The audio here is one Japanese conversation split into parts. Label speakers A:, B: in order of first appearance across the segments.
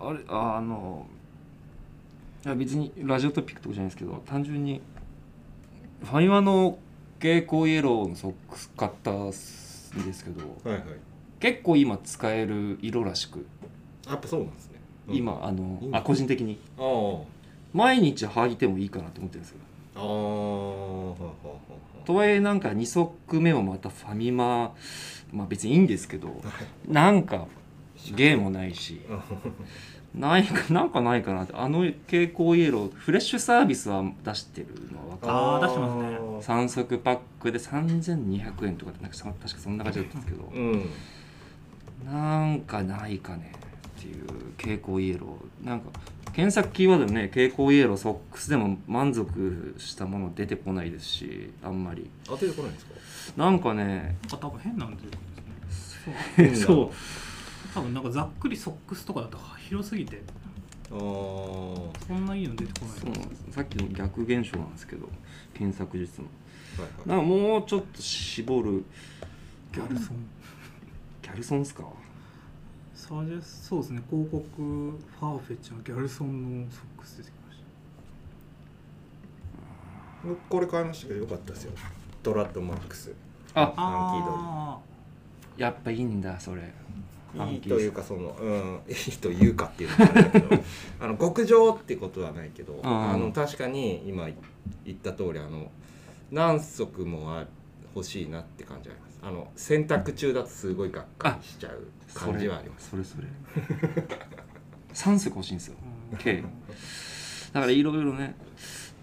A: あれああのいや別にラジオトピックとかじゃないですけど単純にファミマの蛍光イエローのソックス買ったんですけど
B: はいはい
A: 結構今使える色らしく
B: やっぱそうなんですね、うん
A: 今あの
B: 今
A: あ個人的に
B: ああ
A: 毎日履いてもいいかなって思ってるんですけど
B: ああははは
A: とはいえなんか2足目もまたファミマまあ別にいいんですけどなんか芸もないし
B: は
A: ないかなんかないかなってあの蛍光イエローフレッシュサービスは出してるのは分かる
C: あー出してますね
A: 3足パックで3200円とかってなんかそ確かそんな感じだったんですけど
B: うん
A: なんかないかねっていう蛍光イエローなんか検索キーワードでね蛍光イエローソックスでも満足したもの出てこないですしあんまり
B: 当ててこないんですか
A: なんかね
C: あ多分変なんでですね
B: 変な
A: そう
C: 多分なんかざっくりソックスとかだと広すぎて
B: ああ
C: そんないいの出てこない
A: そうなんですさっきの逆現象なんですけど検索術の
B: はい
A: なんかもうちょっと絞る
C: ギャルソン
A: ギャルソンっすか
C: サージェスそうですね広告ファーフェッチのギャルソンのソックス出てきまし
B: はいこれ買いましたけどよかったですよドラッドマックス
A: あ
C: たあ
A: やっぱいいんだそれ
B: いいというかその、うん、いいというかっていうのもあれだ けどあの極上ってことはないけど、
A: ん
B: あの確かに今言った通りあの何足もあ欲しいなって感じはありますあの洗濯中だとすごいがっかりしちゃう感じはあります
A: それそれ それ3足欲しいんですよ
C: うん
A: K だからいろいろね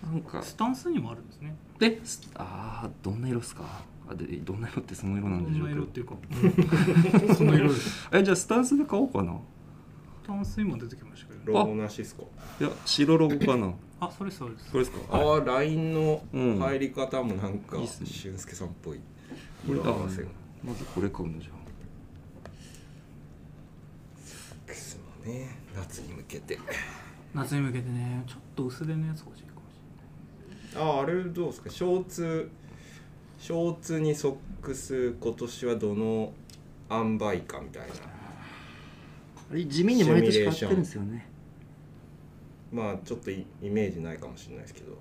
A: なんか
C: スタンスにもあるんですね
A: でスあーどんな色っすかあでどんな色ってその色
C: こ
A: なんでし
C: ん
A: ょ
C: な
A: うけ
C: 色
A: ど
C: っていうかその色です
A: えじゃあスタンスで買おうかな
C: スタンスにも出てきましたけど、ね、
B: ローナシスコ
A: いや白ロゴかな
C: あそれそうです
A: これですか
B: ああ LINE の
A: うん
B: 入り方もなんか、
A: いいっすね
B: 俊介さんっぽい
A: これ
B: 色
A: だ
B: 合わせが
A: まずこれ買うのじゃあ
B: くすもね夏に向けて
C: 夏に向けてねちょっと薄手のやつ欲しいかもし
B: ああれどうですかショーツショーツにソックス今年はどの塩梅かみたいな
A: あれ地味に毎年買ってるんですよね
B: まあちょっとイイメージないかもしれないですけど
C: れな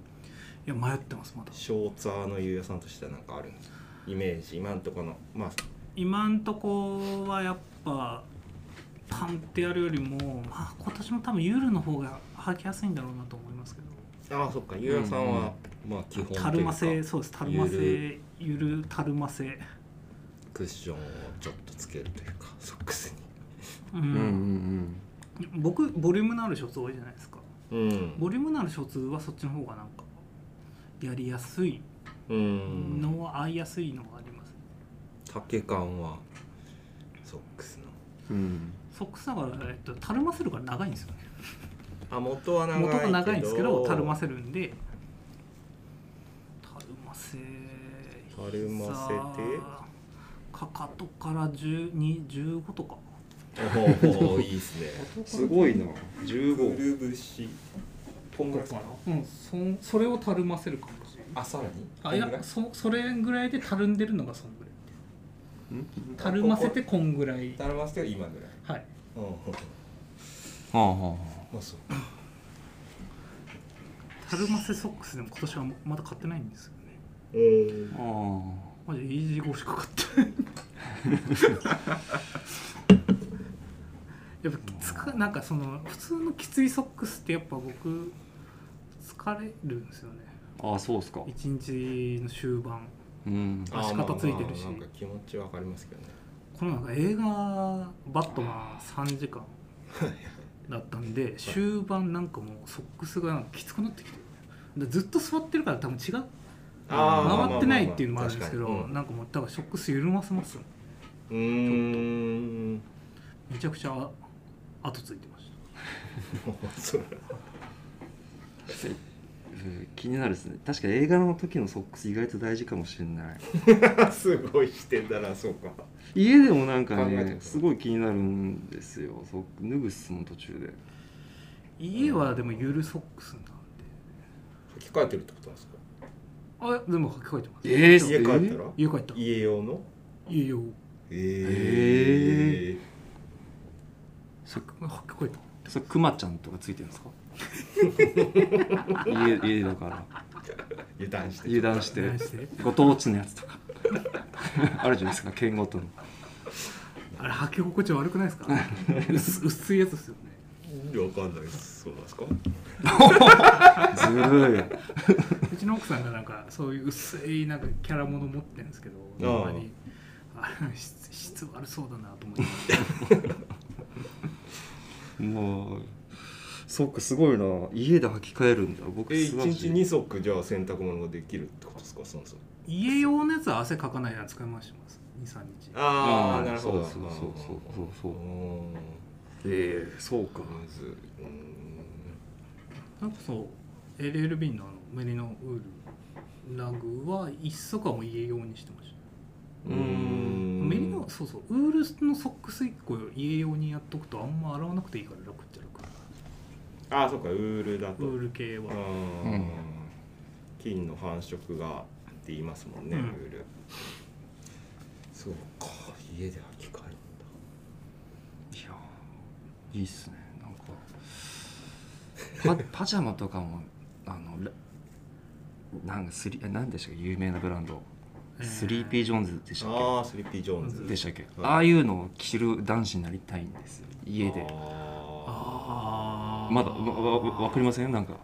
C: いいや迷ってますまだ
B: ショーツァーのゆうやさんとしてはなんかあるんですかイメージ今んとこのまあ
C: 今んとこはやっぱパンってやるよりも、まあ、今年も多分ユールの方が履きやすいんだろうなと思いますけど
B: ああそっかゆうやさんは、まあ基本というか
C: たるま製そうですたるま
B: ゆ
C: 製ゆるたるま製
B: クッションをちょっとつけるというかソックス
C: う
A: うんうん
C: ん、
A: うん
C: 僕ボリュームのあるショーツ多いじゃないですか
B: にうん
C: ボリュームのあるショーツはそっちの方がなんかやりやすい
B: うん
C: のは合いやすいのはあります
B: 丈感はソックス
A: う
B: の
A: ん
C: ソックスだから、えっと、たるませるから長いんですよね
B: あ元は長いけ
C: 元
B: ど
C: が長いんですけどたるませるんでたるませ
B: たるませて
C: 膝かかとから1215とか
B: おおいいですね
A: すごいな
B: く
A: 15
B: るぶしこんぐらいですか
C: うんそんそれをたるませるかもしれない
B: あさらに
C: あい
B: こんぐら
C: やそそれぐらいでたるんでるのがそんぐらい
A: ん
C: たるませてこんぐらい
B: たるませて今ぐらい
C: はい
B: うんうん
A: はあは
B: まあそう
C: たるませソックスでも今年はまだ買ってないんですよね
A: あはああ
C: マジイージーゴーしか買ってない やっぱつかなんかその普通のきついソックスってやっぱ僕疲れるんですよね
A: ああそうっすか
C: 一日の終盤
A: うん
C: あ足肩ついてるし
B: まあまあなんか気持ちわかりますけどね
C: このなんか映画「バットマン」3時間だったんで終盤なんかもうソックスがなんかきつくなってきてでずっと座ってるから多分違う
A: あーまあまあまあ
C: 回ってないっていうのもあるんですけど、
B: 確かに
C: なんかもうだからソックス緩ませますよ
B: うんうーん
C: めちゃくちゃ後ついてました
B: もう それ
A: うん気になるですね確か映画の時のソックス意外と大事かもしれない
B: はすごいしてたらそうか
A: 家でもなんか
B: 考えて
A: ね
B: る
A: すごい気になるんですよソック脱ぐっすもん途中で
C: 家はでもゆるソックスなんで
B: 書き換えてるってことなんですか
C: あでも書き換えてます
A: えー
B: 家帰ったら
C: 家帰った
B: 家用の
C: 家用
A: え
B: え
C: 書き書き換えた
A: それクマちゃんとかついてるんです か家家だから
B: 油断して
A: 油断して
C: 何して
A: ご当地のやつとか あるじゃないですか県ご との
C: あれ履き心地悪くないですか薄薄いやつですよね
B: いやわかんないですそうなんですか
A: ずるいう
C: ちの奥さんがなんかそういう薄いなんかキャラもの持ってるんですけど
B: ああ
C: たまにあれ質質悪そうだなと思って
A: もうそっかすごいな家で履き替えるんだ僕
B: え
A: 素晴ら
B: 1
A: しい
B: 日2足じゃあ洗濯物ができるってことですかそもそも
C: 家用のやつは汗かかないな使い回してます23日
B: あ
A: あ
B: あ
A: ー
B: なるほど
A: そうそうそうそうそうそう
B: うーん
A: ええそうか
B: まずうーん
C: なんかそう LLB のあのメリノウールラグは一足はもう家用にしてました
A: うーん
C: メリノそうそうウールのソックス1個家用にやっとくとあんま洗わなくていいから楽っちゃ楽
B: ああそうかウールだと
C: ウール系は
B: うー
A: うんん
B: 金の繁殖がって言いますもんね、
C: うん
B: ウールそうか家で履き替えるんだ
A: いやーいいっすねなんかパ パジャマとかもあのらなんかスリなんでしたっけ有名なブランド、スリーピー
C: ジ
A: ジョーンズでしたっ
B: ああスリッピー・ジョーン
A: け
B: ズ
A: でしたっけ、
B: うん
A: ああいうのを着る男子になりたいんですよ家で
C: あー
A: まだわわわわかりませんなんか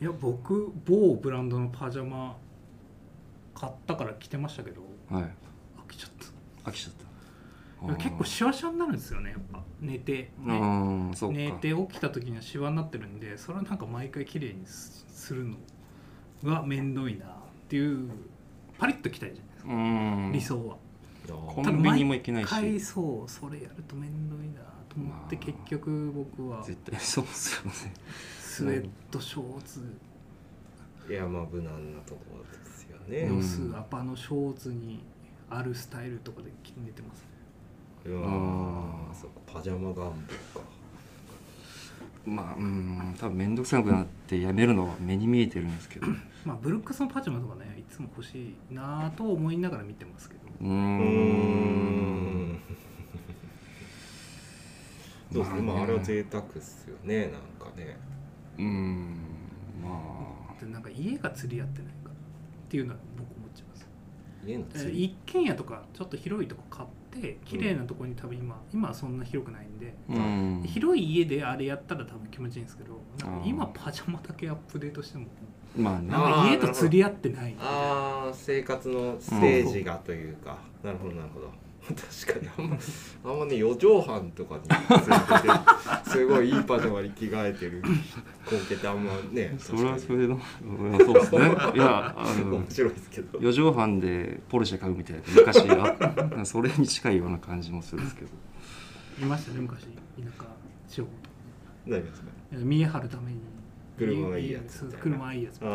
C: いや僕某ブランドのパジャマ買ったから着てましたけど
A: はい
C: 飽きちゃっ
A: 飽きちゃったた
C: いや結構
A: し
C: シワシワになるんですよねやっぱ寝て、
A: う
C: ね
A: んそうか
C: 寝て起きた時にはシワになってるんでそれをなんか毎回綺麗にすするのが面倒いなっていうパリッと着たいじゃないですか、
A: うん
C: 理想は
A: コンビニも行けないし
C: 買いそうそれやると面倒いなと思って
A: まあ
C: 結局僕は
A: 絶対そうっすよね
C: スウェットショーツ
B: いやまあ無難なところですよね、
A: うん
C: ロスアパのショーツにあるスタイルとかで着寝てます
B: いや
A: あ
B: ー
A: ー
B: そうかパジャマ願望か
A: まあうん多分面倒くさくなってやめるのは目に見えてるんですけど
C: まあ、ブルックスのパジャマとかねいつも欲しいなぁと思いながら見てますけど
A: うー
B: うんんそうですねまあ
A: まあね
B: あれは贅沢っすよねなんかね
A: うんま
C: でなんか家が釣り合ってないかっていうのは僕思っちゃいます、
B: 家の
C: え
B: 釣
C: ー
B: り
C: 一軒家とかちょっと広いとこ買って綺麗なとこに多分今、今はそんな広くないんで、
A: あうん
C: 広い家であれやったら多分気持ちいいんですけどな
A: あ
C: んか
A: ー
C: 今パジャマだけアップデートしても
A: まあね
C: なんか家と釣り合ってない
B: ああ生活のステージがというか、なるほどなるほど確かにあんまあんまね四畳半とかに連れててすごいいいパジャマに着替えてる光景ってあんま ね
A: それは
B: 確
A: そ
B: かに
A: れでなそうですねいやあの
B: 面白いですけど
A: 四畳半でポルシェ買うみたいな昔は それに近いような感じもするんですけど
C: いましたね昔田舎地方
B: なりますね
C: えー見え張るために
B: 車がいいやつ
C: そう
B: みたいな
C: 車がいいやつ
B: あ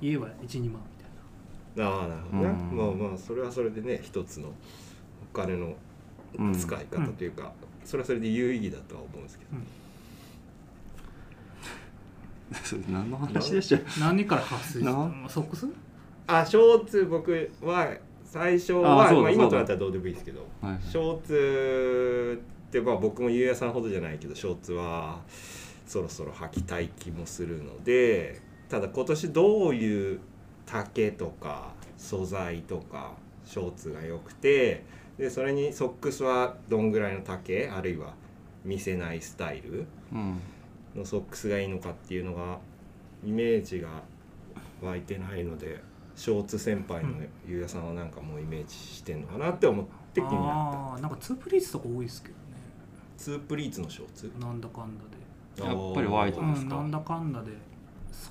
B: ー
C: 家は12万みたいな
B: あーなるほどね、
A: うん
B: まあまあそれはそれでね一つのお金の
A: うん
B: 使い方というか、それはそれで有意義だとは思うんですけど、
A: それ何の話でしたっけ
C: 何から発生した
A: な
C: まあソックス
B: あショーツ僕は最初
A: あ
B: は
A: ーそうだ
B: まあ、今
A: そう
B: と
A: だ
B: なったらどうでもいいですけど
A: はいはい
B: ショーツってまあ僕もゆうやさんほどじゃないけどショーツはそろそろ履きたい気もするのでただ今年どういう丈とか素材とかショーツが良くてでそれにソックスはどんぐらいの丈あるいは見せないスタイル
A: うん
B: のソックスがいいのかっていうのがイメージが湧いてないのでショーツ先輩のゆうやさんはなんかもうイメージしてんのかなって思って気になった。
C: ああなんかツープリーズとか多いですけどね
B: ツープリーツのショーツ
C: なんだかんだで
A: やっぱりワイド
C: う
A: そうです
C: ん
A: か
C: なんだかんだでそ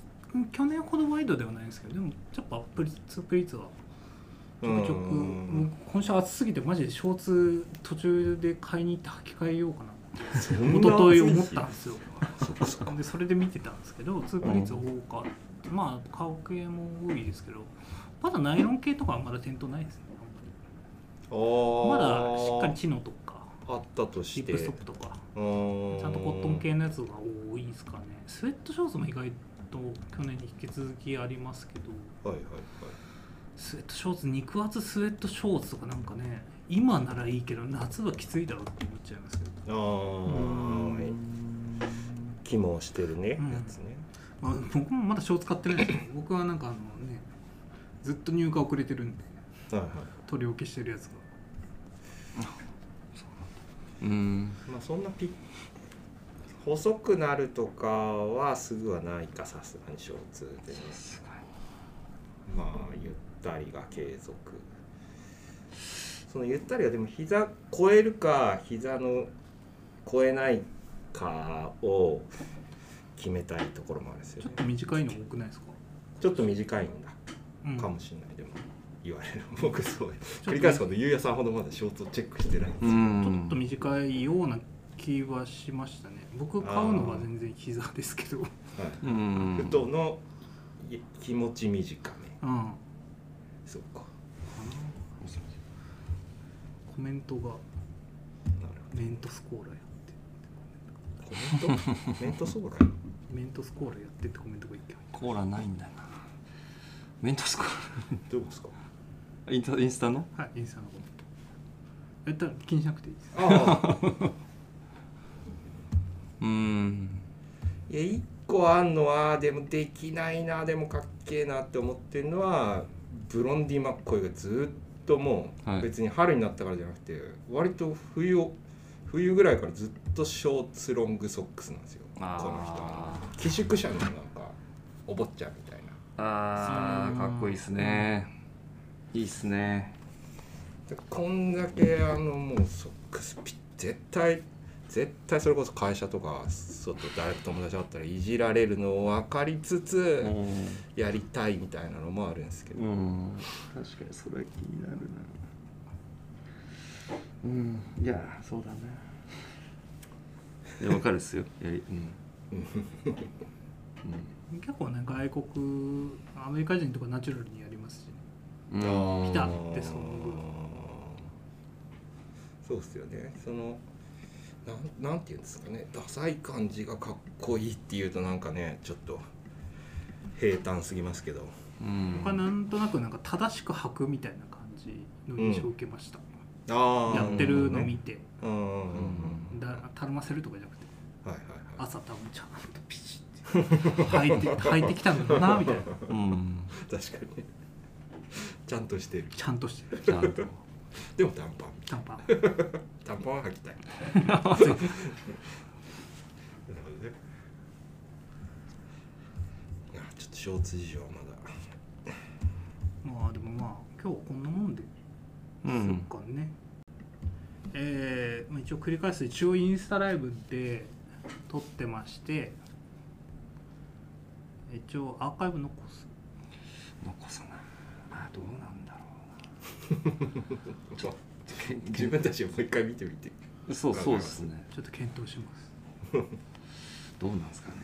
C: 去年ほどワイドではないんですけどでもやっぱプリツープリーズはちょくちょく
B: うん
C: 僕今週暑すぎてマジでショーツ途中で買いに行って履き替えようかな
B: そんな
C: 一昨日思ったんですよ
B: そっかそっか
C: でそれで見てたんですけどツープリーツ多かった、まあ顔系も多いですけどまだナイロン系とかはまだ店頭ないですねまだしっかりチノとか
B: あったと
C: シ
B: し
C: ッ
B: て
C: プストップとか
B: うー
C: ちゃんとコットン系のやつが多いですかねスウェットショーツも意外と去年に引き続きありますけど
B: はいはい
C: スウェットショーツ肉厚スウェットショーツとかなんかね今ならいいけど夏はきついだろうって思っちゃいますけど
B: はいあーはい起毛してるね、
C: うん
B: やつね
C: あ僕もまだショーツ買ってない んですけど僕はなんかあのねずっと入荷遅れてるんで
B: はいはい
C: 取り置きしてるやつが
A: うん
B: まあそんなピッ細くなるとかはすぐはないかさすがにショーツでね
A: す
B: まあゆったりが継続そのゆったりはでも膝超えるか膝の超えないかを決めたいところもあるんですよ
C: ちょっ
B: ね
C: と短いの多くないですか、
B: ちょっと短いんだ
C: うん、
B: かもしれないでも言われる僕そう
C: ち
B: 繰
C: ょっ
B: り
C: と
B: 返すことゆうやさんほどまだショートチェックしてないんです
A: ごい
B: よ
A: うん
C: ちょっと短いような気はしましたね僕買うのは全然膝ですけど
B: はい
A: うん
B: ふとのい気持ち短め
C: うん
B: そうか
C: コメントが
B: なる
C: メントスコーラやっ
B: ほ
C: て
B: どコメントメントソーラー
C: メントスコーラやってってコメントが一件
A: コーラないんだよなメントスコー
B: どうですか
A: ラインスタインスタの
C: はいインスタのコメントえったら気にしなくていいです
B: ああ
A: うん
B: いや1個あんのはでもできないなでもかっけえなって思ってるのはブロンディ・マッコイがずっとも
A: は
B: う
A: い
B: 別に春になったからじゃなくて割と冬を冬ぐらいからずっとショーツロングソックスなんですよこの
A: あー
B: 人は寄宿舎のなんかお坊ちゃんみたいな
A: あーかっこいいっすねいいっすね
B: でこんだけあのもうソックスピッ絶対絶対それこそ会社とか外誰と友達だったらいじられるのを分かりつつやりたいみたいなのもあるんですけど、
A: うん確かにそれは気になるなうんいやそうだねいやわかるっすよやりうん
C: 結構ね外国アメリカ人とかナチュラルにやりますしね
A: うん
C: 来たってその分
B: そうっすよねそのなんなんていうんですかねダサい感じがかっこいいっていうとなんかねちょっと平坦すぎますけど
A: うん
C: 僕はなんとなくなんか正しく履くみたいな感じの印象を受けました、
B: あ
C: やってるの見て、
B: うんうんうんうん
C: だたるませるとかじゃなくて
B: はいはいはい
C: 朝多分ちゃんとピチって履いて履いてきたんだなみたいな
A: うん
B: 確かにねちゃんとしてる
C: ちゃんとしてる
A: ちゃんと
B: でも短パン
C: 短パン
B: 短パンは履き たいなるほどねいやちょっとショーツ事情はまだ
C: まあでもまあ今日はこんなもんで、
A: うん
C: そっかねえーまあ、一応繰り返す一応インスタライブで撮ってまして一応アーカイブ残す
A: 残さないあどうなんだろ
B: ちょっと
A: う な
B: 自分たちをもう一回見てみて
A: そうそうですね
C: ちょっと検討します
A: どうなんですかね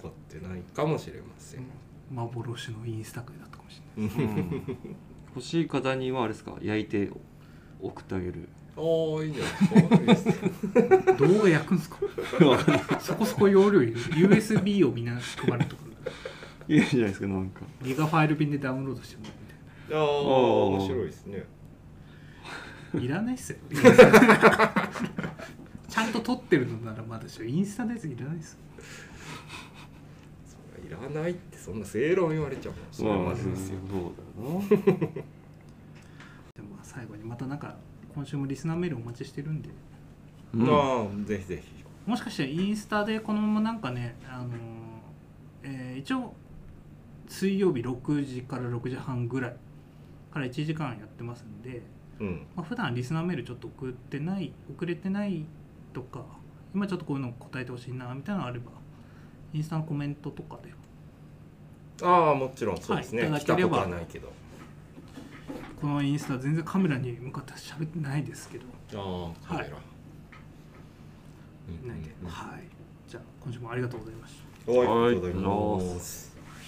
B: 分かってないかもしれません
C: 幻のインスタ会だったかもしれな い
A: うん欲しい方にはあれですか焼いて送ってあげ る
B: おーいいんじゃないですか
C: 動画焼くんすか
A: わかんない
C: そこそこ容量いる USB をみんな配るとか
A: いいじゃないですかなんか
C: ギガファイル便でダウンロードしてもらうみたいな
B: ああ
A: おー
B: 面白いですね
C: いらないっすよ ちゃんと撮ってるのならまだしろインスタのやついらないっすよ
B: いらないってそんな正論言われちゃうもんそれまでですよ
A: そうだな
C: でも最後にまたなんか今週もリスナーメールお待ちしてるんで
A: うん
B: ああぜひぜひ
C: もしかしてインスタでこのままなんかね、あのーえー一応水曜日6時から6時半ぐらいから1時間やってますんで、
B: うん
C: まあ普段リスナーメールちょっと送ってない送れてないとか今ちょっとこういうの答えてほしいなみたいなのあればインスタのコメントとかで
B: ああもちろんそうですね、
C: はいい
B: 来た
C: ただけれ
B: こ
C: ば
B: とはないけど
C: このインスタ全然カメラに向かって喋ってないですけど、
B: ああカメラ、
C: は
B: うんうんうん
C: ないで、はいじゃあ今週もありがとうございました
B: はい、あ
A: はい
B: りがとうございます。